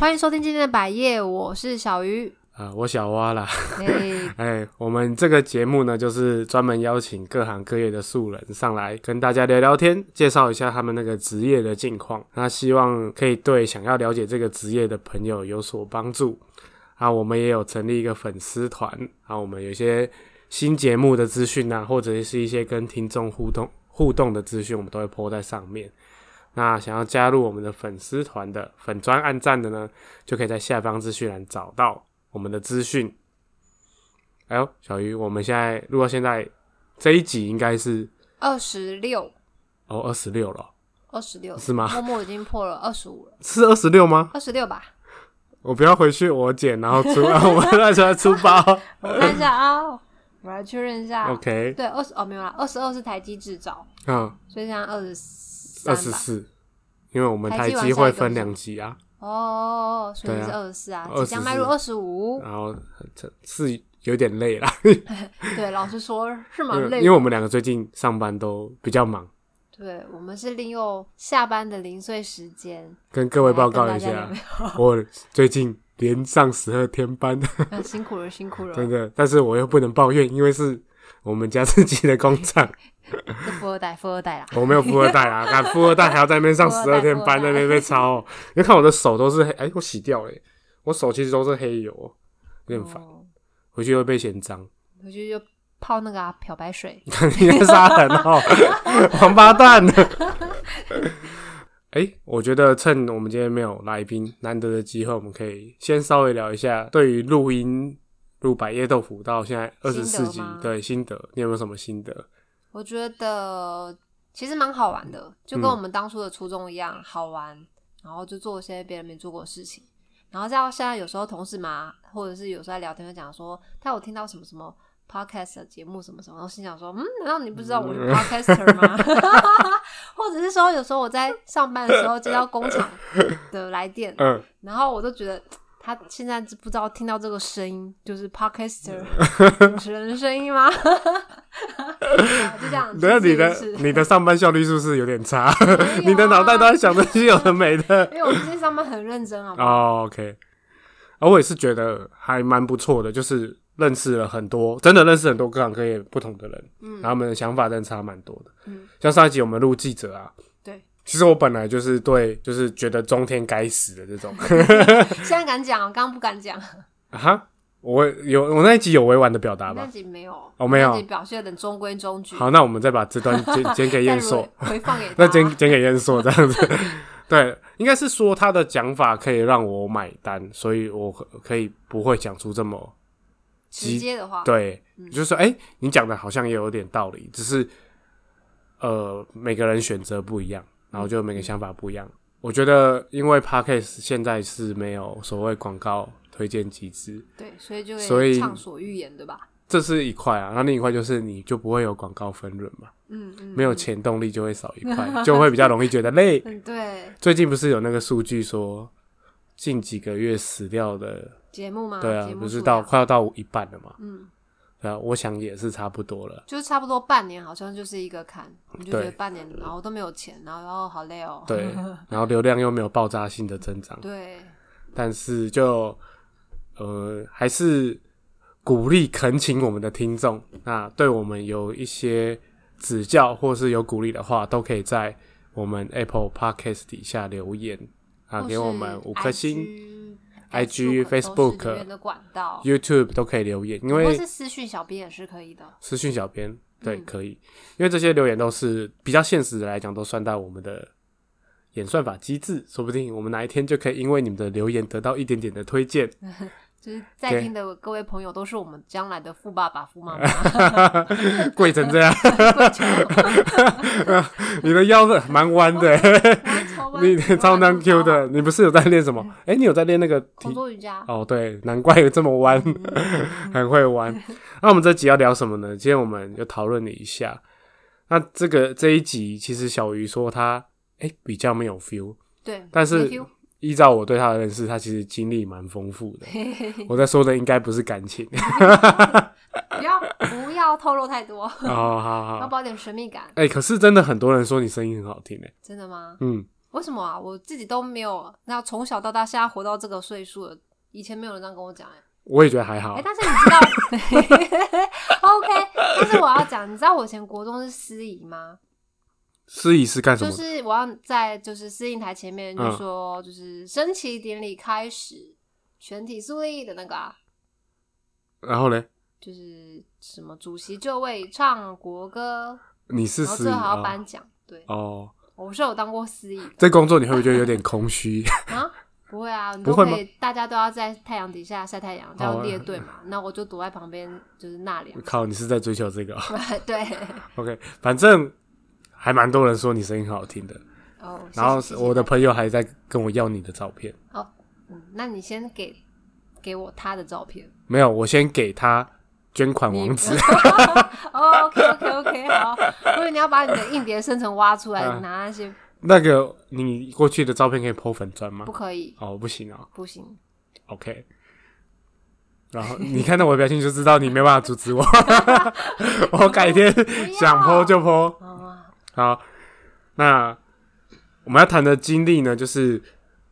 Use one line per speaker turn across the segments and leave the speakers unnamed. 欢迎收听今天的百叶，我是小鱼。
啊、我小蛙啦，
哎，
哎、我们这个节目呢，就是专门邀请各行各业的素人上来跟大家聊聊天，介绍一下他们那个职业的近况。那希望可以对想要了解这个职业的朋友有所帮助。啊，我们也有成立一个粉丝团，啊，我们有一些新节目的资讯啊，或者是一些跟听众互动互动的资讯，我们都会 po 在上面。那想要加入我们的粉丝团的粉砖暗赞的呢，就可以在下方资讯栏找到我们的资讯。哎呦，小鱼，我们现在录到现在这一集应该是
二十六，
哦二十六了，
二十六，
是吗
默默已经破了二十五了，
是二十六吗？
二十六吧？
我不要回去我剪，然后出，然后我那时候出 包。
我看一下啊，我来确认一下。
OK，
对，二十哦没有啦，二十二是台积制造，
嗯，
所以现在二十三
二
吧
十四，因为我们
台
台
积
机
往下
会
一个
分
是
两集啊，
哦，所以
对啊
是二十四啊，
24
即将迈入二十五。
然后这是有点累啦，
对，老师说是蛮
因为
累
因
的
为我们两个最近上班都比较忙，
对，我们是利用下班的零碎时间，
跟各位报告
来
一
哦跟大家
下
聊，
我最近连上十二天班，
呃 辛苦了，辛苦了，
真的，但是我又不能抱怨，因为是我们家自己的工厂，
是富二代，富二代啦。
我没有富二代 啊，看富二代还要在那边上
富二
十
代
二天班，
富二
在
代
那边被抄、哦你看我的手都是黑，哎、我洗掉了耶、我手其实都是黑油，有点烦，
哦
回去会被嫌脏。
回去就泡那个啊漂白水。
你在杀人 哦，王八蛋！ 哎、我觉得趁我们今天没有来宾，难得的机会，我们可以先稍微聊一下对于录音录百叶豆腐到现在二十四集
心得吗，
对心得，你有没有什么心得？
我觉得其实蛮好玩的，就跟
嗯
我们当初的初衷一样，好玩，然后就做一些别人没做过的事情。然后再到现在，有时候同事嘛，或者是有时候在聊天，会讲说，他有听到什么什么 podcast 的节目什么什么，然后心想说，嗯，难道你不知道我是 podcaster 吗？ 或者是说，有时候我在上班的时候接到工厂的来电，
嗯，
然后我都觉得他现在知不知道听到这个声音就是 podcaster 主持人的声音吗？ 好就这样，
等下
就是
你的
是
你的上班效率是不是有点差？
没有啊
你的脑袋都在想这些有的没 的。
因为我最近上班很认真，好啊不好？
哦、o k 而我也是觉得还蛮不错的，就是认识了很多，真的认识很多各行各业不同的人，
嗯
然后他们的想法真的差蛮多的。
嗯，
像上一集我们录记者啊，
对，
其实我本来就是对，就是觉得中天该死的这种
现在敢讲，刚刚不敢讲，
啊哈，我有我那一集有委婉的表达
那
吧？
集没有，
哦没有
那集表现的中规中矩，
好，那我们再把这段 剪剪给
再
燕
回
硕，
回放给他
那剪剪给燕硕这样子。对，应该是说他的讲法可以让我买单，所以我可可以不会讲出这么
直接的话，
对，就是说，哎、你讲的好像也有点道理，只是呃，每个人选择不一样，然后就每个想法不一样。我觉得，因为 podcast 现在是没有所谓广告推荐机制，
对，所以就
所
会
以
畅所欲言，对吧？
这是一块啊。那另一块就是，你就不会有广告分润嘛，
嗯嗯
没有钱动力就会少一块，就会比较容易觉得累。
嗯，对，
最近不是有那个数据说，近几个月死掉的
节目嘛，
对啊
节，目
不是
数
到
量
快要到一半了嘛？
嗯，
对啊，我想也是差不多了。
就是差不多半年，好像就是一个坎，你就觉得
对
半年，然后都没有钱，然后然后好累哦。
对， 然后流量又没有爆炸性的增长，
对，
但是就呃还是鼓励恳请我们的听众，那对我们有一些指教或是有鼓励的话，都可以在我们 Apple Podcast 底下留言啊，
或
给
是
我们五颗星。
IG
IG
Facebook 都是
Facebook
留言的管道，
YouTube 都可以留言，因
或
为
是私讯小编也是可以的。
私讯小编对、
嗯
可以，因为这些留言都是比较现实的来讲，都算到我们的演算法机制，说不定我们哪一天就可以因为你们的留言得到一点点的推荐。
就是在
对
听的各位朋友，都是我们将来的富爸爸、富 妈妈。
贵成这样，你的腰是蛮弯的，你的超难 Q 的。你不是有在练什么？哎、你有在练那个
空
体？
中瑜伽，
哦，对，难怪有这么弯， 很会弯。那我们这集要聊什么呢？今天我们就讨论了一下。那这个这一集，其实小鱼说他哎、诶比较没有 feel，
对，
但是
没 feel
依照我对他的认识，他其实经历蛮丰富 的。我在说的应该不是感情
不 要不要透露太多，
哦，好好
要
好。
保点神秘感。
哎、可是真的很多人说你声音很好听哎、
真的吗？
嗯，
为什么啊？我自己都没有，那从小到大，现在活到这个岁数了，以前没有人这样跟我讲、欸，
我也觉得还好
哎、。但是你知道 ，OK，但是我要讲，你知道我以前国中是司仪吗？
司仪是干什
就
么？
是我要在就是司仪台前面就
嗯
说，就是升旗典礼开始，全体肃立的那个、啊，
然后嘞，
就是什么主席就位唱国歌，
你是
然后
司
最
仪
后还要
啊
颁？奖。对，
哦，
我是有当过司仪的
这工作你会不会觉得有点空虚？
啊。不会啊，你
不
都
会
可
吗
以，大家都要在太阳底下晒太阳，叫
好啊。
列队嘛。那我就躲在旁边，就是纳凉
靠，你是在追求这个哦
对，
？OK，反正还蛮多人说你声音很好听的，
哦，谢谢
然后
谢谢
我的
大家
朋友还在跟我要你的照片。
好，嗯，那你先给给我他的照片。
没有，我先给他捐款网址。
呃哦，OK OK OK，好。不是你要把你的硬碟生成挖出来，
嗯
拿那些
那个你过去的照片可以 po 粉砖吗
不？可以，
哦，不行哦
不行。
，OK。然后你看到我的表情就知道你没办法阻止我，我改天想 po 就 po。
哦，
好，那我们要谈的经历呢，就是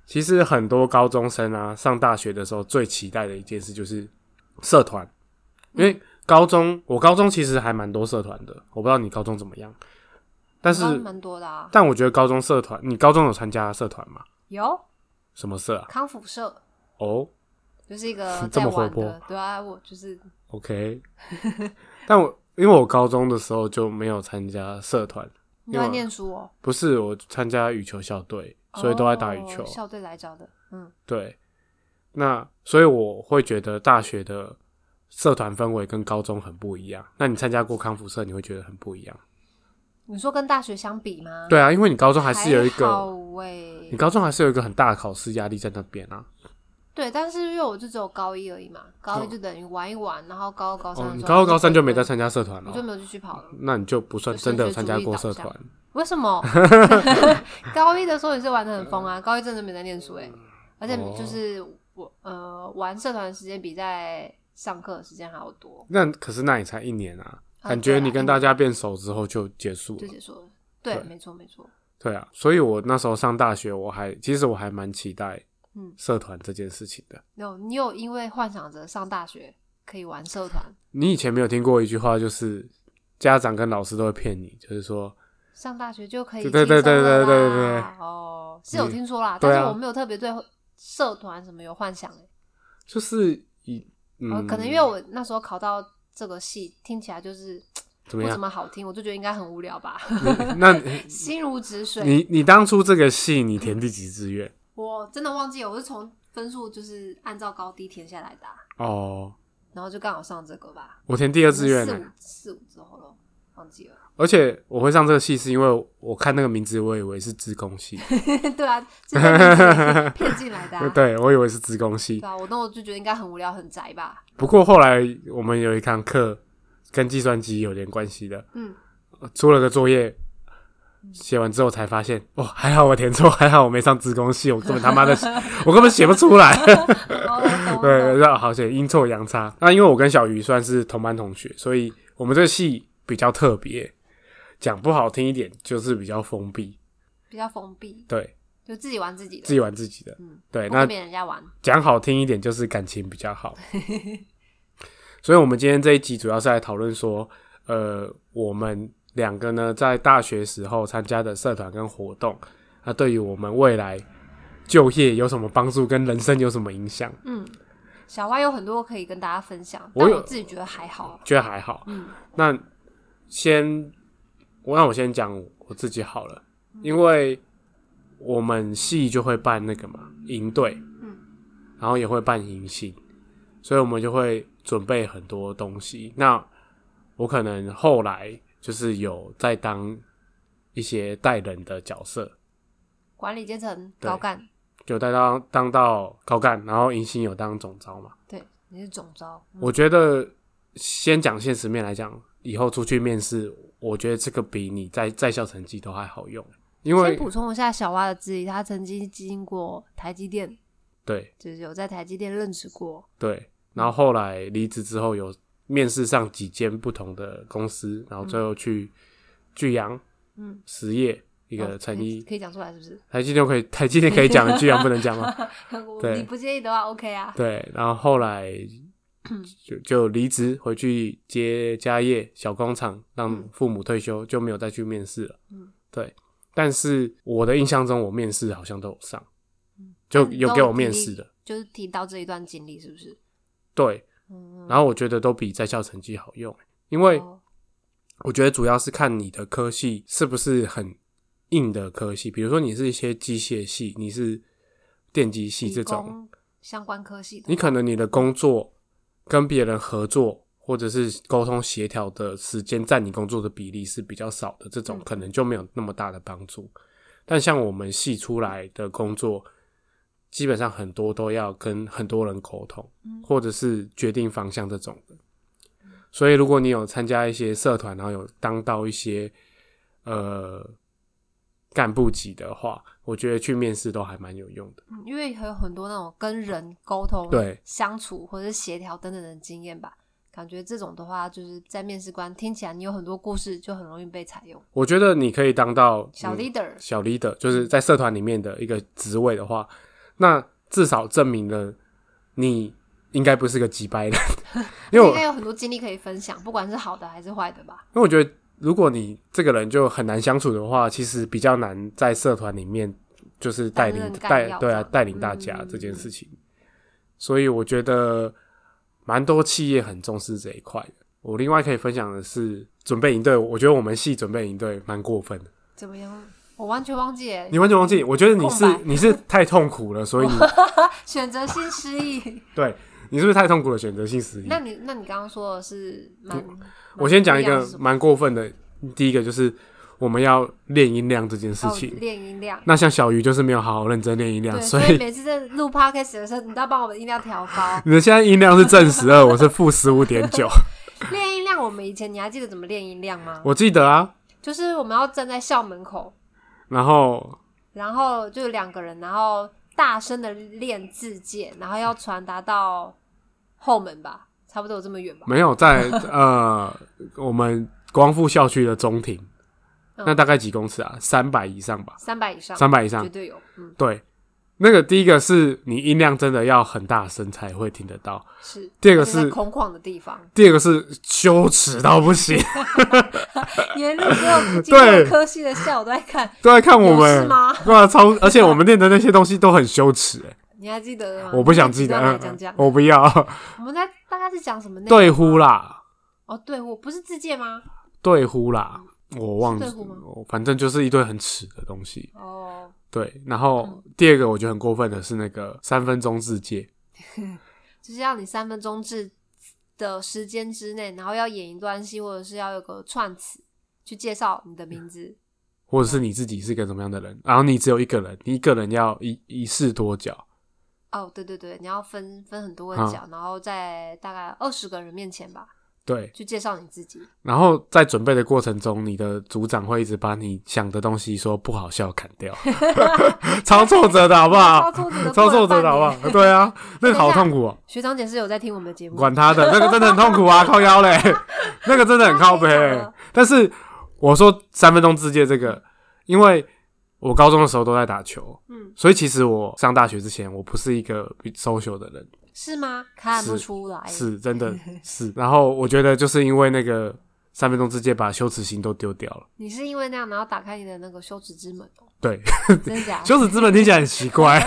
其实很多高中生啊，上大学的时候最期待的一件事就是社团，因为高中我高中其实还蛮多社团的，我不知道你高中怎么样，但
我刚
是
蛮多的啊，
但我觉得高中社团，你高中有参加社团吗？
有
什么社啊？
康复社，
哦、
就是一 个
这
在
么活
玩
泼
的，对啊，我就是，
o k 但我因为我高中的时候就没有参加社团，
你在
有啊
念书哦，
不是我参加羽球校队，所以都在打羽球。
哦校队来找的，嗯，
对，那所以我会觉得大学的社团氛围跟高中很不一样。那你参加过康复社，你会觉得很不一样。
你说跟大学相比吗？，
对啊，因为你高中还是有一
嗯好欸
个，
喂
你，高中还是有一个很大的考试压力在那边啊。
对，但是因为我就只有高一而已嘛，高一就等于玩一玩，然后高二高三
嗯哦，
的
你
时候，
高二高三就没
在
再，参加社团
我就
了，
没有继续跑了。
那你就不算
就
真的有
升
参
学
加
主义
过
导
社
向
团。
为什 么？高一的时候也是玩的很疯啊，高一真的没在念书哎、而且
哦
就是我呃玩社团的时间比在上课的时间还要多，
那可是那也才一年啊，
啊
感
对
觉
啦
你跟大家变熟之后就结束
就
了。
解说了。对，
对
没错没错，
对啊，所以我那时候上大学，我还其实我还蛮期待
嗯
社团这件事情的。
有你有因为幻想着上大学可以玩社团，
你以前没有听过一句话，就是家长跟老师都会骗你，就是说，
上大学就可以
对对
轻松
对对
了
对对对
啦哦，是有
你
听说啦，
对
但是
啊
我没有特别对社团什么有幻想哎、
就是以嗯、
哦，可能因为我那时候考到这个系，听起来就是
怎
不
么
怎
样，嗯
么好听，我就觉得应该很无聊吧，
你那你
心如止水。
你你当初这个戏你填第几志
嗯
愿？
我真的忘记了，我是从分数就是按照高低填下来的啊、
哦，
然后就刚好上这个吧，
我填第二志愿
四
呢、
五四五之后咯，忘记了。
而且我会上这个戏是因为我看那个名字，我以为是职工系，。
对啊，这个名字也是骗进来的、啊
对我以为是职工系
对。啊，我那我就觉得应该很无聊很宅吧。
不过后来我们有一堂课跟计算机有点关系的，
嗯，
出了个作业，写完之后才发现，哦，还好我填错，还好我没上职工系，我根本他 妈的我根本写不出来。
哦，我懂
对，
我懂。
让好写阴错阳差。那因为我跟小鱼算是同班同学，所以我们这个系比较特别，讲不好听一点就是比较封闭，
比较封闭，
对
就自己玩自己的，
自己玩自己的。
嗯
对，
不
那
跟别人家玩。
讲好听一点就是感情比较好。所以，我们今天这一集主要是来讨论说，呃，我们两个呢在大学时候参加的社团跟活动，那对于我们未来就业有什么帮助，跟人生有什么影响？
嗯，小歪有很多可以跟大家分享，
我
但
有
我自己觉得还好。
觉得还好。
嗯，
那先我那我先讲我自己好了，因为我们系就会办那个嘛营队，
嗯，
然后也会办迎新，所以我们就会准备很多东西。那我可能后来就是有在当一些带人的角色，
管理阶层
对
高干，
就带到当到高干，然后迎新有当总招嘛。
对，你是总招，嗯
我觉得先讲现实面来讲，以后出去面试，我觉得这个比你在在校成绩都还好用，因
先
为
补充一下小蛙的资历，他曾经经过台积电，
对
就是有在台积电任职过。
对，然后后来离职之后有面试上几间不同的公司，然后最后去巨阳
嗯哦
实业，一个成衣。
可以讲出来是不是？
台积电可以，台积电可以讲，居然不能讲吗？对
你不介意的话，OK 啊。
对，然后后来 就就离职回去接家业小工厂，让父母退休，就没有再去面试了。
嗯，
对。但是我的印象中，我面试好像都有上
嗯，
就
那你
有
都
给
有
我面
经历
试的。
就是提到这一段经历，是不是？
对，
嗯，
然后我觉得都比在校成绩好用，因为
哦
我觉得主要是看你的科系是不是很硬的科系，比如说你是一些机械系，你是电机系
理
这种，
工相关科系的，
你可能你的工作跟别人合作或者是沟通协调的时间占你工作的比例是比较少的，这种
嗯
可能就没有那么大的帮助。但像我们系出来的工作，基本上很多都要跟很多人沟通，
嗯
或者是决定方向这种的。所以，如果你有参加一些社团，然后有当到一些呃干部级的话，我觉得去面试都还蛮有用的。
嗯因为还有很多那种跟人沟通、
对
相处或者是协调等等的经验吧。感觉这种的话，就是在面试官听起来，你有很多故事，就很容易被采用。
我觉得你可以当到
小
嗯
leader，、
小 leader，就是在社团里面的一个职位的话，那至少证明了你应该不是个鸡掰人， 因为我
应该有很多经历可以分享，不管是好的还是坏的吧。
因为我觉得如果你这个人就很难相处的话，其实比较难在社团里面就是带领
担任
带
干嗯要
对
这
啊
样
带领大家这件事情，所以我觉得蛮多企业很重视这一块的。我另外可以分享的是准备营队，我觉得我们系准备营队蛮过分的。
怎么样？我完全忘记耶
你完全忘记，我觉得你是
空白
你是太痛苦了，所以你
选择性失忆。
对你是不是太痛苦了？选择性失忆。
那你那你刚刚说的是蛮，蛮
我先讲一
不样
个
是什么
蛮过分的，第一个就是我们要练音量这件事情。
哦练音量。
那像小鱼就是没有好好认真练音量，
对，
所
所以
以。
每次在录 podcast 的时候，你都要帮我们音量调高
你的现在音量是正十二，我是负十五点 九。
练音量，我们以前你还记得怎么练音量吗？
我记得啊，
就是我们要站在校门口，
然后
然后就两个人，然后大声的练字界，然后要传达到后门吧，差不多有这么远吧。
没有在呃我们光复校区的中庭，
嗯
那大概几公尺啊？三百以上吧，
三百以上，
三百以
绝
上。
对有，嗯，
对，那个第一个是你音量真的要很大声才会听得到，
是。
第二个
而且在
是
空旷的地 方，
第二个是羞耻到不行，
沿路所有经过科系的校友都在看，
都在看我
有事
们。
吗？
对 啊，超而且我们练的那些东西都很羞耻、欸，
你还记得吗？
我不想记得，
你还
嗯
记来讲讲。
我不要
我们在大概是讲什么内容？
对呼啦。
哦，对我不是自荐吗？
对呼啦，我忘
嗯是
记
对呼吗，
我反正就是一堆很耻的东西。
哦，
对，然
嗯
后第二个我觉得很过分的是那个三分钟世界，
就是要你三分钟制的时间之内，然后要演一段戏，或者是要有个串词去介绍你的名字。
或者是你自己是个什么样的人，然后你只有一个人，你一个人要一一试多角，
哦，对对对，你要分分很多个
啊
角，然后在大概二十个人面前吧，
对，
去介绍你自己。
然后在准备的过程中，你的组长会一直把你想的东西说不好笑砍 掉，超挫折的好不
超
好？
挫折的，
超挫折的好不
过了半年
好？对啊， 那个好痛苦哦、
学长姐是有在听我们的节目，
管他的，那个真的很痛苦 啊，靠腰嘞，那个真的很靠背、欸
太惨了
但是我说三分钟之界这个，因为我高中的时候都在打球，
嗯，
所以其实我上大学之前，我不是一个 social 的人，
是吗？看不
是
出来，
是真的是。然后我觉得就是因为那个三分钟之界，把羞耻心都丢掉了。
你是因为那样，然后打开你的那个羞耻之门哦，
对，
真的假的？
羞耻之门听起来很 奇怪，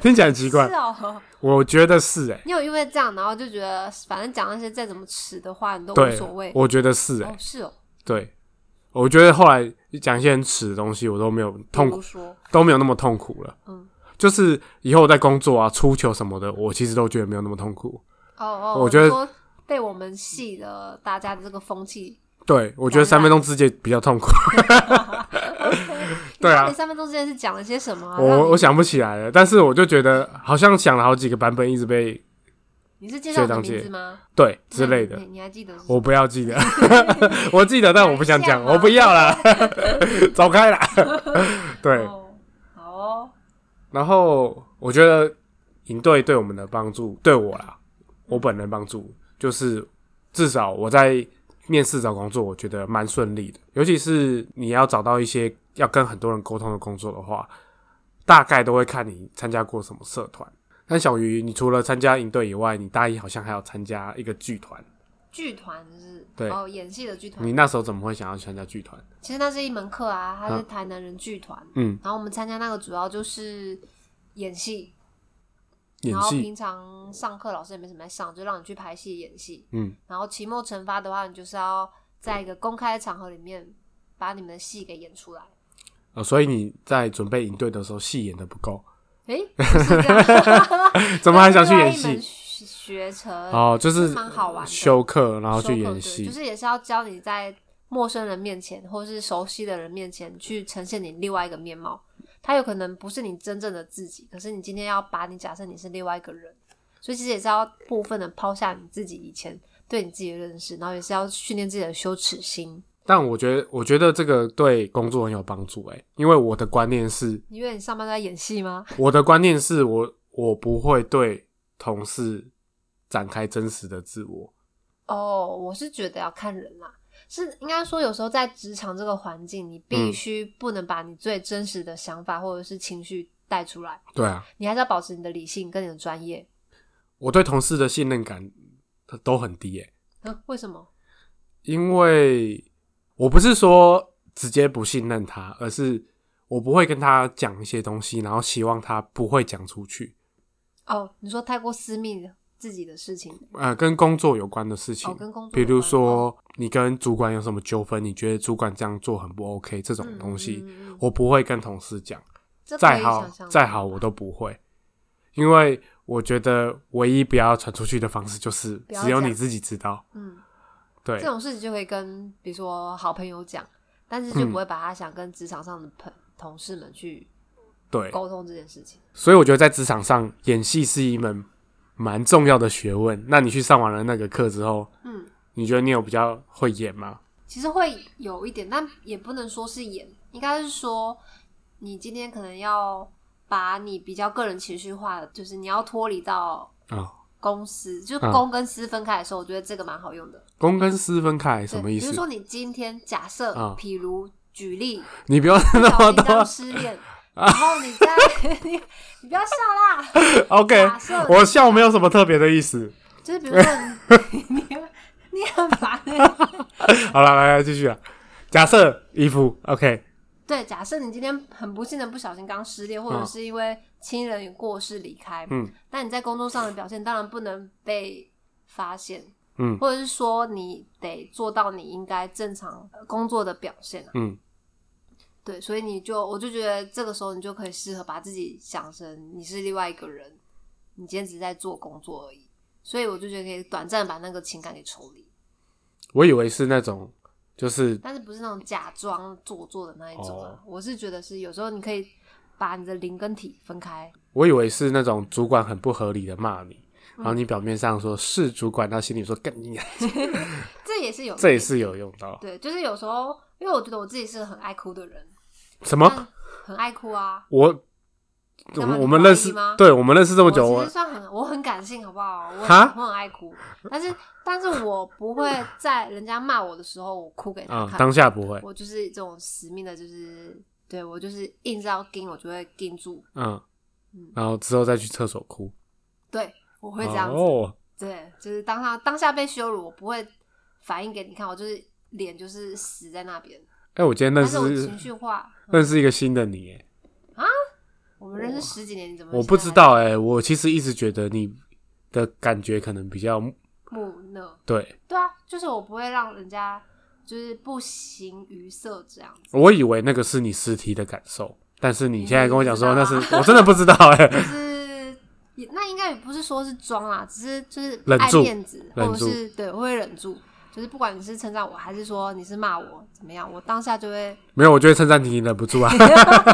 听起来很奇怪
是，哦，
我觉得是哎、
你有因为这样，然后就觉得反正讲那些再怎么迟的话，你都无
对
所谓，。
我觉得是哎、
哦，是哦，
对，我觉得后来讲一些很耻的东西，我都没有痛
比
苦
如，说，
都没有那么痛苦了。
嗯，
就是以后在工作啊、出球什么的，我其实都觉得没有那么痛苦。
哦哦，
我觉得
你说被我们系的大家的这个风气，
对，我觉得
当
三
然
分钟之界比 较痛苦。
那
对啊
你，三分钟之前是讲了些什么啊、让你
我我，想不起来了，但是我就觉得好像想了好几个版本，一直被
你是介绍你的
学长姐
名字吗？
对之类
那
的
你，你你还记得是什么？
我不要 记得，我记得，但我不想
哪
讲，
一项啊
我不要啦， 走 开啦。对，
哦，好哦，
然后我觉得营队对我们的帮助，对我啦，我本人帮助就是至少我在面试找工作，我觉得蛮顺利的。尤其是你要找到一些要跟很多人沟通的工作的话，大概都会看你参加过什么社团。但小鱼，你除了参加营队以外，你大一好像还要参加一个剧团。
剧团就是
对
哦，演戏的剧团
你。那时候怎么会想要参加剧团？
其实那是一门课啊，它是
嗯
台南人剧团，
嗯，
然后我们参加那个主要就是演戏，
演
然后
戏，
平常上课老师也没什么在上，就让你去排戏演戏。
嗯，
然后期末惩罚的话，你就是要在一个公开的场合里面把你们的戏给演出来。
呃，所以你在准备营队的时候，戏演的不够，
诶，不是这样，
怎么还想去
另外
演
一门
戏？
学学程，
哦，就是
蛮好玩的
修课，然后去
收获
演
对
戏
就。是也是要教你在陌生人面前或是熟悉的人面前去呈现你另外一个面貌。他有可能不是你真正的自己，可是你今天要把你假设你是另外一个人，所以其实也是要部分的抛下你自己以前对你自己的认识，然后也是要训练自己的羞耻心。
但我觉得，我觉得这个对工作很有帮助诶、因为我的观念是，
你以为你上班都在演戏吗？
我的观念是我我不会对同事展开真实的自我。
哦、我是觉得要看人啦、是应该说有时候在职场这个环境，你必
嗯
须不能把你最真实的想法或者是情绪带出来。
对啊，
你还是要保持你的理性跟你的专业。
我对同事的信任感都很低诶、欸
嗯，为什么？
因为我不是说直接不信任他，而是我不会跟他讲一些东西，然后希望他不会讲出去。
哦，你说太过私密自己的事情，
呃，跟工作有关的事情，
哦，跟工作
比
有关，哦
如说你跟主管有什么纠纷，你觉得主管这样做很不 OK 这
嗯
种东西，
嗯嗯嗯
我不会跟同事讲，
这可以
再
想
好
象
再
的
好我都不会，因为我觉得唯一不要传出去的方式就是
不要
只有你
讲
自己知道。
嗯，
对
这，种事情就会跟比如说好朋友讲，但是
嗯
就不会把他想跟职场上的朋同事们去
对，
沟通这件事情。
所以我觉得在职场上演戏是一门蛮重要的学问。那你去上完了那个课之后，
嗯，
你觉得你有比较会演吗？
其实会有一点，但也不能说是演，应该是说你今天可能要把你比较个人情绪化的，就是你要脱离到
啊、
公司，就
嗯
公跟私分开的时候，我觉得这个蛮好用的。
公跟私分开什
对
么意
比如
思？
说你今天假设
啊，
譬如举 例，
你不要那
小
么
心当
多。啊
失恋，然后你在 你你不要笑啦，
OK，
假设
我笑没有什么特别的意思。
就是比如说 你你你很烦欸，
好了，来来继续啊。假设衣服 OK，
对，假设你今天很不幸的不小心刚失恋，或者是因为亲人过世离开，
啊嗯，
那你在工作上的表现当然不能被发现，
嗯
或者是说你得做到你应该正常呃工作的表现啊。
嗯，
对，所以你就我就觉得这个时候你就可以适合把自己想成你是另外一个人，你今天只是在做工作而已。所以我就觉得可以短暂地把那个情感给抽离，
我以为是那种就是
但是不是那种假装做作的那一种啊
哦？
我是觉得是有时候你可以把你的灵跟体分开，
我以为是那种主管很不合理的骂你，
嗯
然后你表面上说是主管，到心里说更你啊，
这也是有，
这也是有用到。
对，就是有时候因为我觉得我自己是很爱哭的人，
什么？
但很爱哭啊。
我我
干嘛
们
你
我们
怀
认
疑
识
吗，
对我们认识这么
我
久，
其
我
实算很，我很感性，好不好？我
哈
很我很爱哭，但是但是我不会在人家骂我的时候我哭给他
啊、
看，
当下不会，
我就是这种死命的，就是对我就是硬是要盯，我就会盯住。
嗯
嗯，
然后之后再去厕所哭，
对，我会这样子。
哦，
对，就是当下当下被羞辱，我不会反应给你看，我就是脸就是死在那边。
哎、我今天认
但是我
识
情绪化，嗯
认识一个新的你，哎，
我们认识十几年，你怎么
我不
现
知
在还
道，哎，我其实一直觉得你的感觉可能比较
木讷？
对，
对啊，就是我不会让人家就是不形于色这样子，
我以为那个是你尸体的感受，但是你现在跟我讲说
你
那
不
是
知道啊
我真的不知道，
就
哎，
是也那应该也不是说是装啦，只是就是
忍
爱
住
面子，
忍
或者
住
是对我会忍住，就是不管你是称赞我还是说你是骂我怎么样，我当下就会
没有，我觉得称赞你忍 不住啊，
好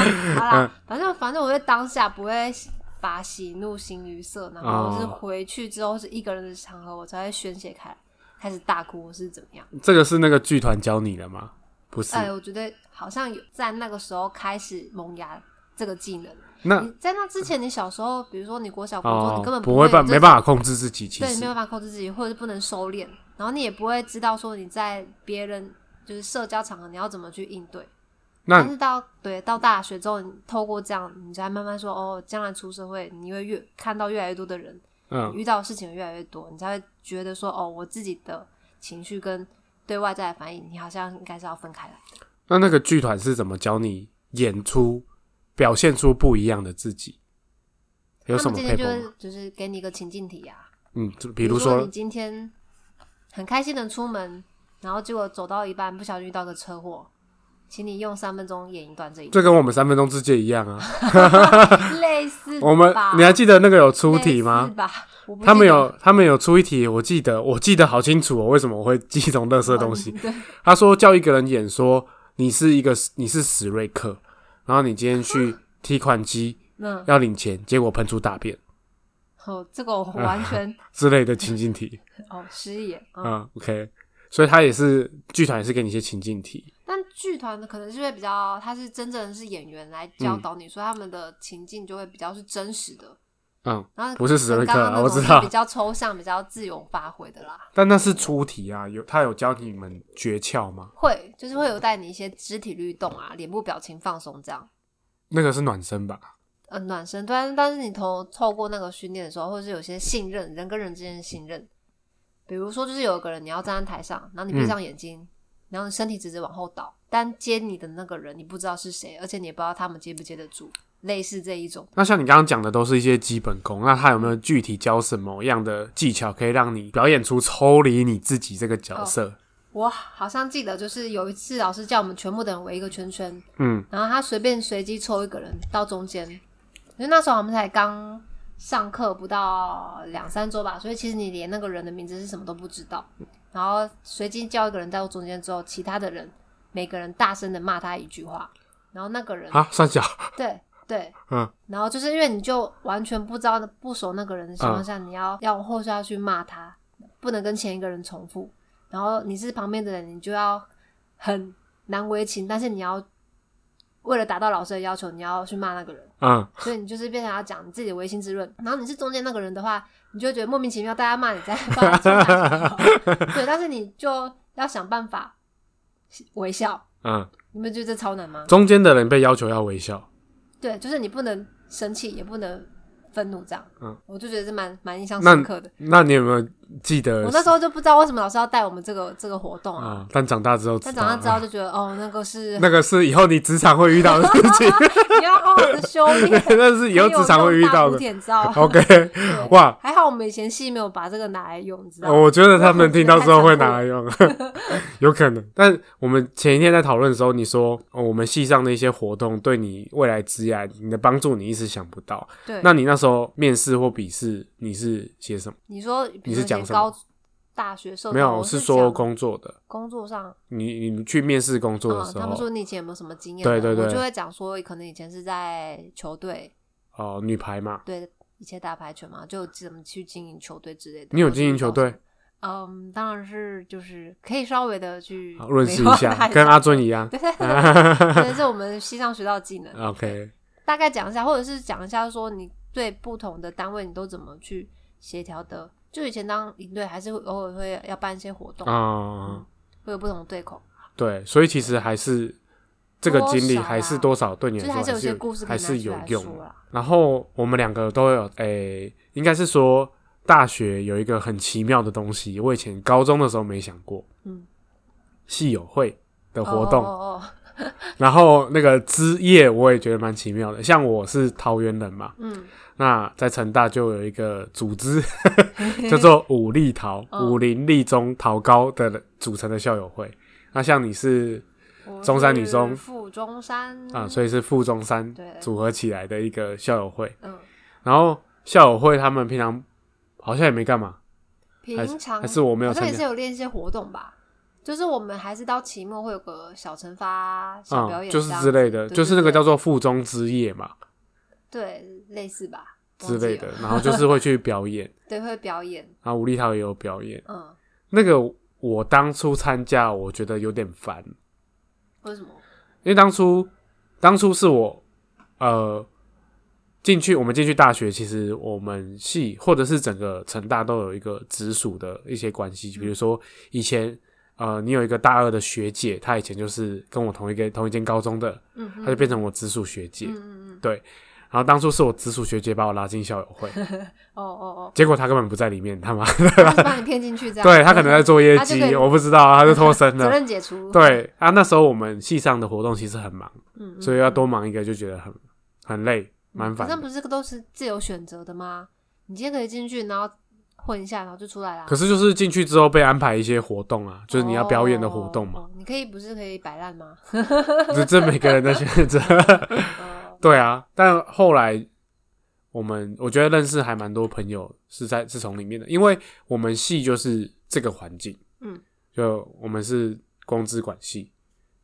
嗯
啦，反正反正我会当下不会把喜怒形于色，然后就是
哦
回去之后是一个人的场合，我才会宣泄开来，开始大哭或是怎么样。
这个是那个剧团教你的吗？不是，
哎，我觉得好像有在那个时候开始萌芽这个技能。
那
你在那之前，你小时候，比如说你国小、国中，
哦
你根本，
不
会
办，没
法，
办法控制自己，其
对，你没有
实，
办法控制自己，或者是不能收敛，然后你也不会知道说你在别人就是社交场合你要怎么去应对。
那
但是到对到大学之后，你透过这样，你才慢慢说哦，将来出社会，你会越看到越来越多的人，
嗯
遇到的事情越来越多，你才会觉得说哦，我自己的情绪跟对外在的反应，你好像应该是要分开来的。
那那个剧团是怎么教你演出，表现出不一样的自己？有
他
什
们
么
今
配
天就
合吗？
是就是给你一个情境题啊，
嗯，就比
比
如
说
说
你今天很开心的出门，然后结果走到一半不小心遇到个车祸，请你用三分钟演一段这一
这跟我们三分钟之界一样啊。
段，类似
我们
吧
你还记得那个有出
类
题吗
似？吧，我不
他们
记得
有他们有出一题，我记得我记得好清楚哦。为什么我会记这种垃圾东西？
对，
他说叫一个人演说你是一个你是史瑞克，然后你今天去提款机
嗯，
要领钱，结果喷出大便
哦，这 个我完全、
之类的情境题
哦失忆耶，嗯，
啊、o k 所以他也是剧团也是给你一些情境题，
但剧团的可能是会比较，他是真正是演员来教导你，所以他们的情境就会比较是真实的。
嗯，
然后
不是史瑞克
跟刚
啊，
刚
我
那种
知
是
道
比，较抽象、比较自由发挥的啦。
但那是出题啊，有他有教你们诀窍吗？
会就是会有带你一些肢体律动啊、脸部表情放松这样。
那个是暖身吧？
呃，暖身，但但是你透透过那个训练的时候，或者是有些信任，人跟人之间的信任，比如说就是有个人你要站在台上，然后你闭
嗯
上眼睛，然后你身体直直往后倒，但接你的那个人你不知道是谁，而且你也不知道他们接不接得住，类似这一种。
那像你刚刚讲的都是一些基本功，那他有没有具体教什么样的技巧可以让你表演出抽离你自己这个角
哦
色？
我好像记得，就是有一次老师叫我们全部的人围一个圈圈，
嗯，
然后他随便随机抽一个人到中间，因为那时候我们才刚上课不到两三周吧，所以其实你连那个人的名字是什么都不知道。然后随机叫一个人到中间之后，其他的人每个人大声的骂他一句话，然后那个人
啊，算小，
对对，
嗯，
然后就是因为你就完全不知道不熟那个人的情况下，你要要后续要去骂他，不能跟前一个人重复。然后你是旁边的人，你就要很难为情，但是你要为了达到老师的要求，你要去骂那个人，
嗯，
所以你就是变成要讲你自己的唯心之论。然后你是中间那个人的话，你就会觉得莫名其妙，大家骂你在帮他冲他 对，但是你就要想办法微笑。
嗯，
你们觉得这超难吗？
中间的人被要求要微笑，
对，就是你不能生气，也不能愤怒，这样。
嗯，
我就觉得是蛮蛮印象
那
深刻的。
那你有没有记得？
我那时候就不知道为什么老师要带我们这个这个活动啊，
呃啊、但长大之后知
但
道
长
了，
大之后就觉得哦，那个是
那个是以后你职场会遇到的事情，
你要好好的修炼，
那是以后职场会遇到的。
点 招。
OK，
对
哇，
还好我们以前系没有把这个拿来用，你知道吗？
哦我觉得他们听到之后会拿来用， 有可能。但我们前一天在讨论的时候，你说、哦、我们系上的一些活动对你未来职业你的帮助，你一时想不到。
对，
那你那时候面试或笔试，你是写什么？
你说
你
比
是
如
讲
说
什么
高大学受
没有，
呃我
是
是
说
讲
工作的。
工作上，
你你去面试工作的
嗯，
时
他们
候
说，你以前有没有什么经验啊？
对对对
我就会讲说，可能以前是在球队，
哦，女排嘛，
对以前打排球嘛，就怎么去经营球队之类的。
你有
或是
经营
遇到
球队
什么？嗯，当然是就是可以稍微的去
好认
美
识一
化
下，
它
跟阿尊一样。
对， 这是我们西上学到的技能。
OK，
大概讲一下，或者是讲一下说你对不同的单位你都怎么去协调的。就以前当领队，还是会偶尔会要办一些活动，
啊，
会有不同的对口，
对，所以其实还是这个经
多
历
少啊
还是多少对你
就
来
是还
说
是有
还
些
是
故事可
还
以拿
是
出
有
来
用
说啊
的。
啦。
然后我们两个都有，诶、应该是说大学有一个很奇妙的东西，我以前高中的时候没想过，
嗯，
系友会的
的
活动，
哦哦哦，
然后那个枝叶我也觉得蛮奇妙的，像我是桃园人嘛，
嗯，
那在成大就有一个组 织叫做五立桃、
嗯
武林立中桃高的组成的校友会。那像你是
我
中山女
是
中
附中山
啊、所以是附中山
嗯对
组合起来的一个校友会。
嗯，
然后校友会他们平常好像也没干嘛，还是
平常
还是我没有
好像
参
也是
加。
有练一些活动吧，就是我们还是到期末会有个小惩罚、小表演、
嗯，就是之类的，
对
就是那个
对
叫做附中之夜嘛
对类似吧
之
忘记
类，的
了，
然后就是会去表演，
对，会表演，
然后吴立涛也有表演。
嗯，
那个我当初参加，我觉得有点烦，
为什么？
因为当初当初是我呃进去，我们进去大学，其实我们
嗯
系或者是整个成大都有一个直属的一些关系，比如说以前呃，你有一个大二的学姐，她以前就是跟我同一个同一间高中的，
嗯哼
她就变成我直属学姐。
嗯嗯嗯，
然后当初是我直属学姐把我拉进校 友会，
哦哦
结果她根本不在里面，他妈，
哦，他是把你骗进去这样，
对她可能在做业
她就可
绩，
以
我不知 道，她就脱身
责
了。
任解除，
对啊，那时候我们系上的活动其实很忙，
嗯，嗯
所以要多忙一个就觉得很很累，蛮烦
反
的
正。不是都是自由选择的吗？你今天可以进去，然后混一下，然后就出来啦。哦
可是就是进去之后被安排一些活动啊，就是你要表演的活动嘛
哦。，哦你可以不是可以摆烂吗？
这这每个人的 选择。
哦
对啊，但后来我们我觉得认识还蛮多朋友是在是从里面的，因为我们系就是这个环境，
嗯，
就我们是光资管系，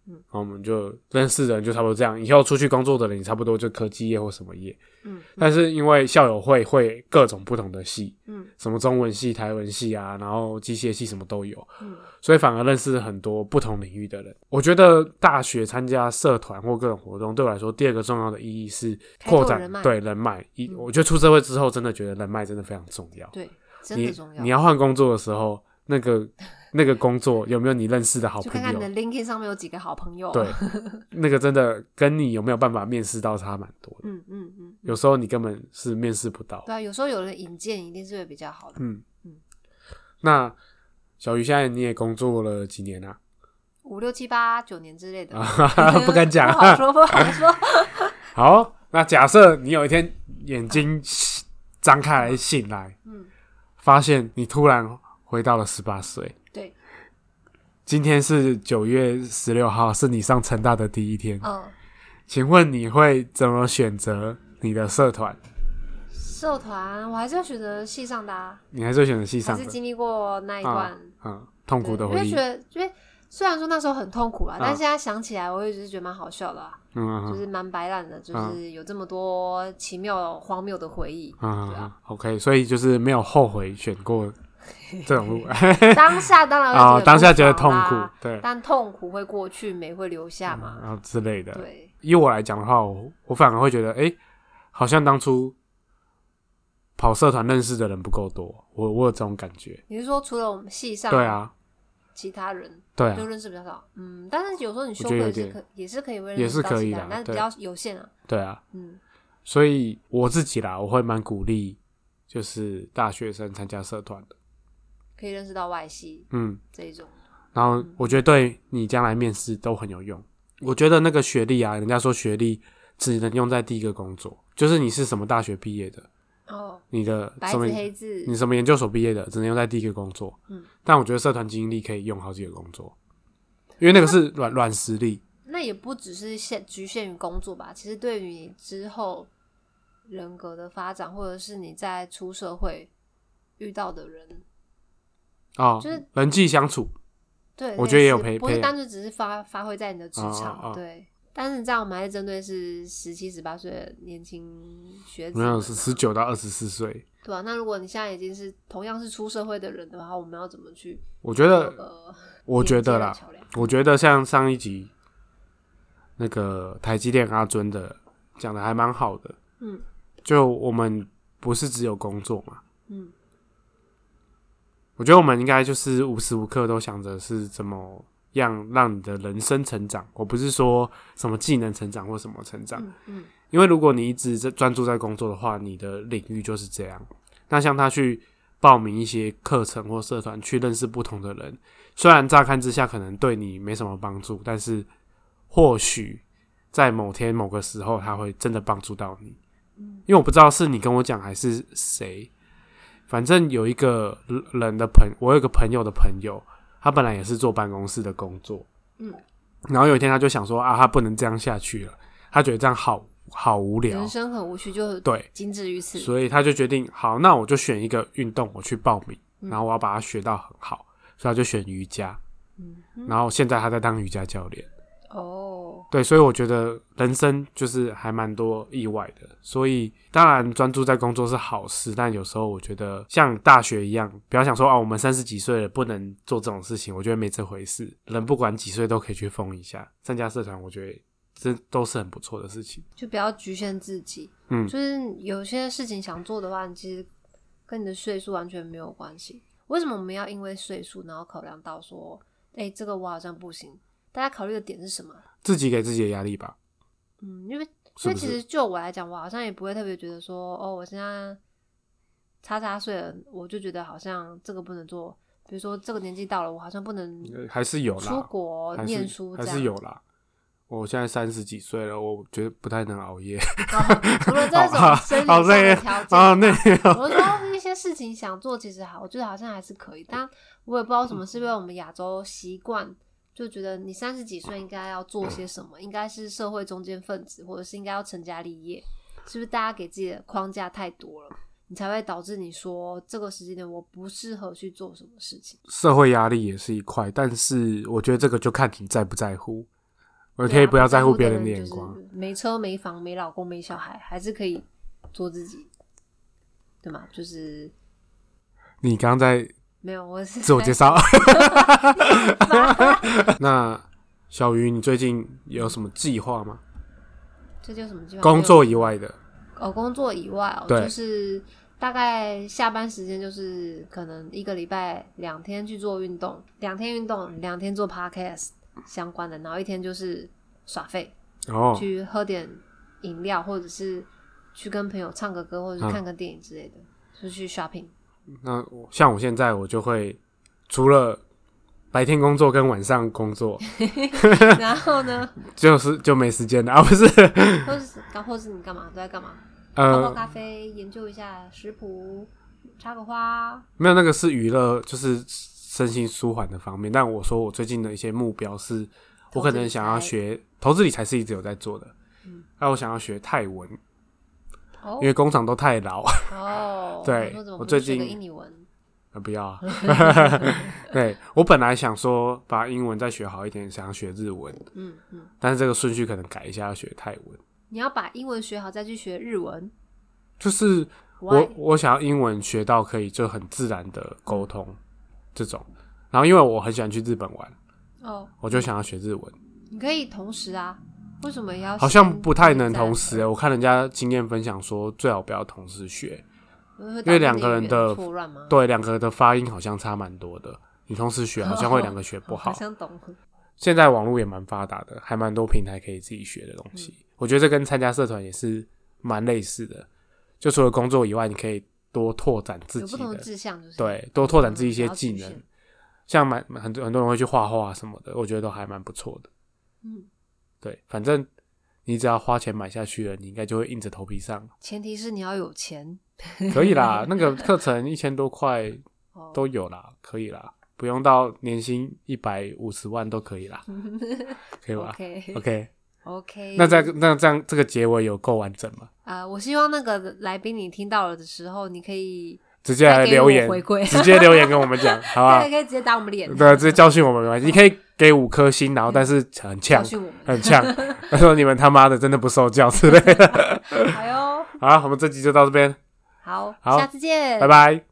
嗯，
然后我们就认识的人就差不多这样，以后出去工作的人也差不多就科技业或什么业，
嗯
但是因为校友会会各种不同的系，
嗯
什么中文系、台文系啊，然后机械系什么都有，
嗯
所以反而认识很多不同领域的人。我觉得大学参加社团或各种活动，对我来说，第二个重要的意义是
开拓
扩展
人脉
对人脉。一、
嗯
我觉得出社会之后，真的觉得人脉真的非常重要。
对，真的重
你你
要。
要换工作的时候，那个 那个工作有没有你认识的好
就
朋
看看你
友
的？LinkedIn 上面有几个好朋友。啊
对，那个真的跟你有没有办法面试到差蛮多的。
嗯嗯嗯，
有时候你根本是面试不到。
对啊，有时候有人引荐一定是会比较好的。
嗯
嗯
那小鱼现在你也工作了几年啊？
五六七八九年之类的，
不敢讲
不好说，不好 说。
好，那假设你有一天眼睛张开来醒来，
嗯，
发现你突然回到了十八岁。
对，
今天是九月十六号，是你上成大的第一天。
嗯，
请问你会怎么选择你的社团？
社团我还是要选择系上的啊，
你还是会选择系
还
上
是
的？
经历过那一段
啊嗯，痛苦
对
的
因
回
为
忆
觉。得，因为虽然说那时候很痛苦啦，
啊
但现在想起来，我也只是觉得蛮好笑的啊，
嗯嗯
就
嗯
是蛮白烂的，就
啊
是有这么多奇妙荒谬的回 忆。
嗯
对
嗯
啊，
，OK，所以就是没有后悔选过这种路
当下当然会
啊，
得
当下觉得
不
痛
爽啦
苦，对，
但痛苦会过去，美会留下嘛。
然后之类的。
对，
以我来讲的话，我我反而会觉得，哎、好像当初跑社团认识的人不够多，我我有这种感觉。
你是说除了我们系上，
对，啊，
其他人
对啊
就，认识比较少。嗯，但是有时候你
觉
修课
得有
也是
点
可也是可以为
也是可以
的
啦，
但是比
对
较有限啊。
对啊。
嗯
所以我自己啦，我会蛮鼓励，就是大学生参加社团的。
可以认识到外系
嗯，
这一种。
然后我觉得对你将来面试都很有用。我觉得那个学历啊，人家说学历只能用在第一个工作，就是你是什么大学毕业的，
哦，
你的
白
什么
纸黑字
你，什么研究所毕业的，只能用在第一个工作。
嗯，
但我觉得社团经历可以用好几个工作，因为那个是软软实力。
那也不只是限局限于工作吧，其实对于你之后人格的发展，或者是你在出社会遇到的人，
哦，
就是
人际相处，
对，
我觉得也有
类似
培
不是
培养
单纯只是发发挥在你的职场，
哦哦哦
对。但是这样我们还是针对是十七、十八岁的年轻学子
没
们啊，
有是十九到二十四岁，
对吧、那如果你现在已经是同样是出社会的人的话，我们要怎么去
我觉
做
得，
个
我觉得
连
啦
接的桥梁，
我觉得像上一集那个台积电阿尊的讲的还蛮好的，
嗯
就我们不是只有工作嘛，
嗯
我觉得我们应该就是无时无刻都想着是怎么样让你的人生成长。我不是说什么技能成长或什么成长，
嗯嗯
因为如果你一直在专注在工作的话，你的领域就是这样。那像他去报名一些课程或社团，去认识不同的人，虽然乍看之下可能对你没什么帮助，但是或许在某天某个时候，他会真的帮助到你。
嗯
因为我不知道是你跟我讲还是谁，反正有一个人的朋，我有一个朋友的朋友，他本来也是做办公室的工作，
嗯，
然后有一天他就想说啊，他不能这样下去了，他觉得这样好好无聊
人，生很无趣，就
对，
仅止于此。
所以他就决定好，那我就选一个运动我去报名，
嗯
然后我要把它学到很好，所以他就选瑜伽，
嗯，
然后现在他在当瑜伽教练，
哦，
对，所以我觉得人生就是还蛮多意外的，所以当然专注在工作是好事，但有时候我觉得像大学一样，不要想说啊，我们三十几岁了不能做这种事情，我觉得没这回事，人不管几岁都可以去疯一下，参加社团，我觉得这都是很不错的事情。
就不要局限自己。
嗯
就是有些事情想做的话，你其实跟你的岁数完全没有关系。为什么我们要因为岁数，然后考量到说哎、这个我好像不行。大家考虑的点是什么？啊
自己给自己的压力吧，
嗯，因为
是
因为
不
其
是？
实就我来讲，我好像也不会特别觉得说，哦，我现在叉叉岁了，我就觉得好像这个不能做。比如说这个年纪到了，我好像不能
呃还是有啦，
出国
还
念
是
书这
还
样。
是有啦。我现在三十几岁了，我觉得不太能熬夜，
哦除了这
好
种生理
好
上
累
的
啊
条件，
啊，那
我是说一些事情想做，其实好，我觉得好像还是可以，但我也不知道为什么，是因为我们亚洲习惯就觉得你三十几岁应该要做些什么，应该是社会中间分子，或者是应该要成家立业，是不是大家给自己的框架太多了，你才会导致你说这个时间点我不适合去做什么事情？
社会压力也是一块，但是我觉得这个就看你在不在乎。我
我
可以不要在
啊乎
别人
的
的
人
眼
就是
光，
没车没房没老公没小孩，还是可以做自己，对吗？就是
你刚刚在
没有，我是
自我介
绍。
绍。那小鱼，你最近有什么计划吗？
这叫什么计划？
工
没有
作以外的，
哦，工作以外哦，
对
就是大概下班时间就是可能一个礼拜两天去做运动，两天运动，两天做 podcast 相关的，然后一天就是耍废，
哦，
去喝点饮料，或者是去跟朋友唱个歌，或者
嗯
是看个电影之类的，就去 shopping。
那我像我现在我就会除了白天工作跟晚上工作，
然后呢，
就是就没时间了啊，不是？
或是或是你干嘛都在干嘛？泡泡
呃，
咖啡，研究一下食谱，插个花，
没有那个是娱乐，就是身心舒缓的方面。但我说我最近的一些目标是，我可能想要学投资理财是一直有在做的，那、我想要学泰文，
嗯哦
因为工厂都 太老，
哦，
对
我说怎么不
我最
学个
近
印尼文，
啊，不 要啊！对我本来想说把英文再学好一点，想要学日文，
嗯嗯。
但是这个顺序可能改一下，要学泰文。
你要把英文学好，再去学日文。
就是我
Why？
我想要英文学到可以就很自然的沟通这种，然后因为我很喜欢去日本玩，
哦，
我就想要学日文，
你可以同时啊，为什么要？
好像不太能同时、欸。，我看人家经验分享说，最好不要同时学，
因
因为两个人的
错乱吗？，
对两个的发音好像差蛮多的，你同时学好像会两个学不
我
好
哦好。像懂。
现在网络也蛮发达的，还蛮多平台可以自己学的东西。
嗯
我觉得这跟参加社团也是蛮类似的，就除了工作以外，你可以多拓展自
有
己
不同
的，
的志向，就是
对，多拓展自己一些
嗯
技
不要局
能
限。
像蛮很多很多人会去画画啊什么的，我觉得都还蛮不错的。
嗯，
对，反正你只要花钱买下去了，你应该就会硬着头皮上，
前提是你要有钱
可以啦。那个课程一千多块
哦。
都有啦，可以啦，不用到年薪一百五十万都可 以啦，可以吧
OK 嗯
？OK。
OK，
啊那在那这样这个结尾有够完整吗？
啊、我希望那个来宾你听到了的时候，你可以
直接来
再给
留
我
言
回馈
直接留言跟我 们讲，好不
大家
好
也？可以直接打我们脸，
对，啊直接教训我们没关系，你可以给五颗星，然后但是很
教
呛，
训我们。
很呛， 他说你们他妈的真的不受教之类的。
好哟，
好，我们这集就到这边，
好，
好
下次见，
拜。拜。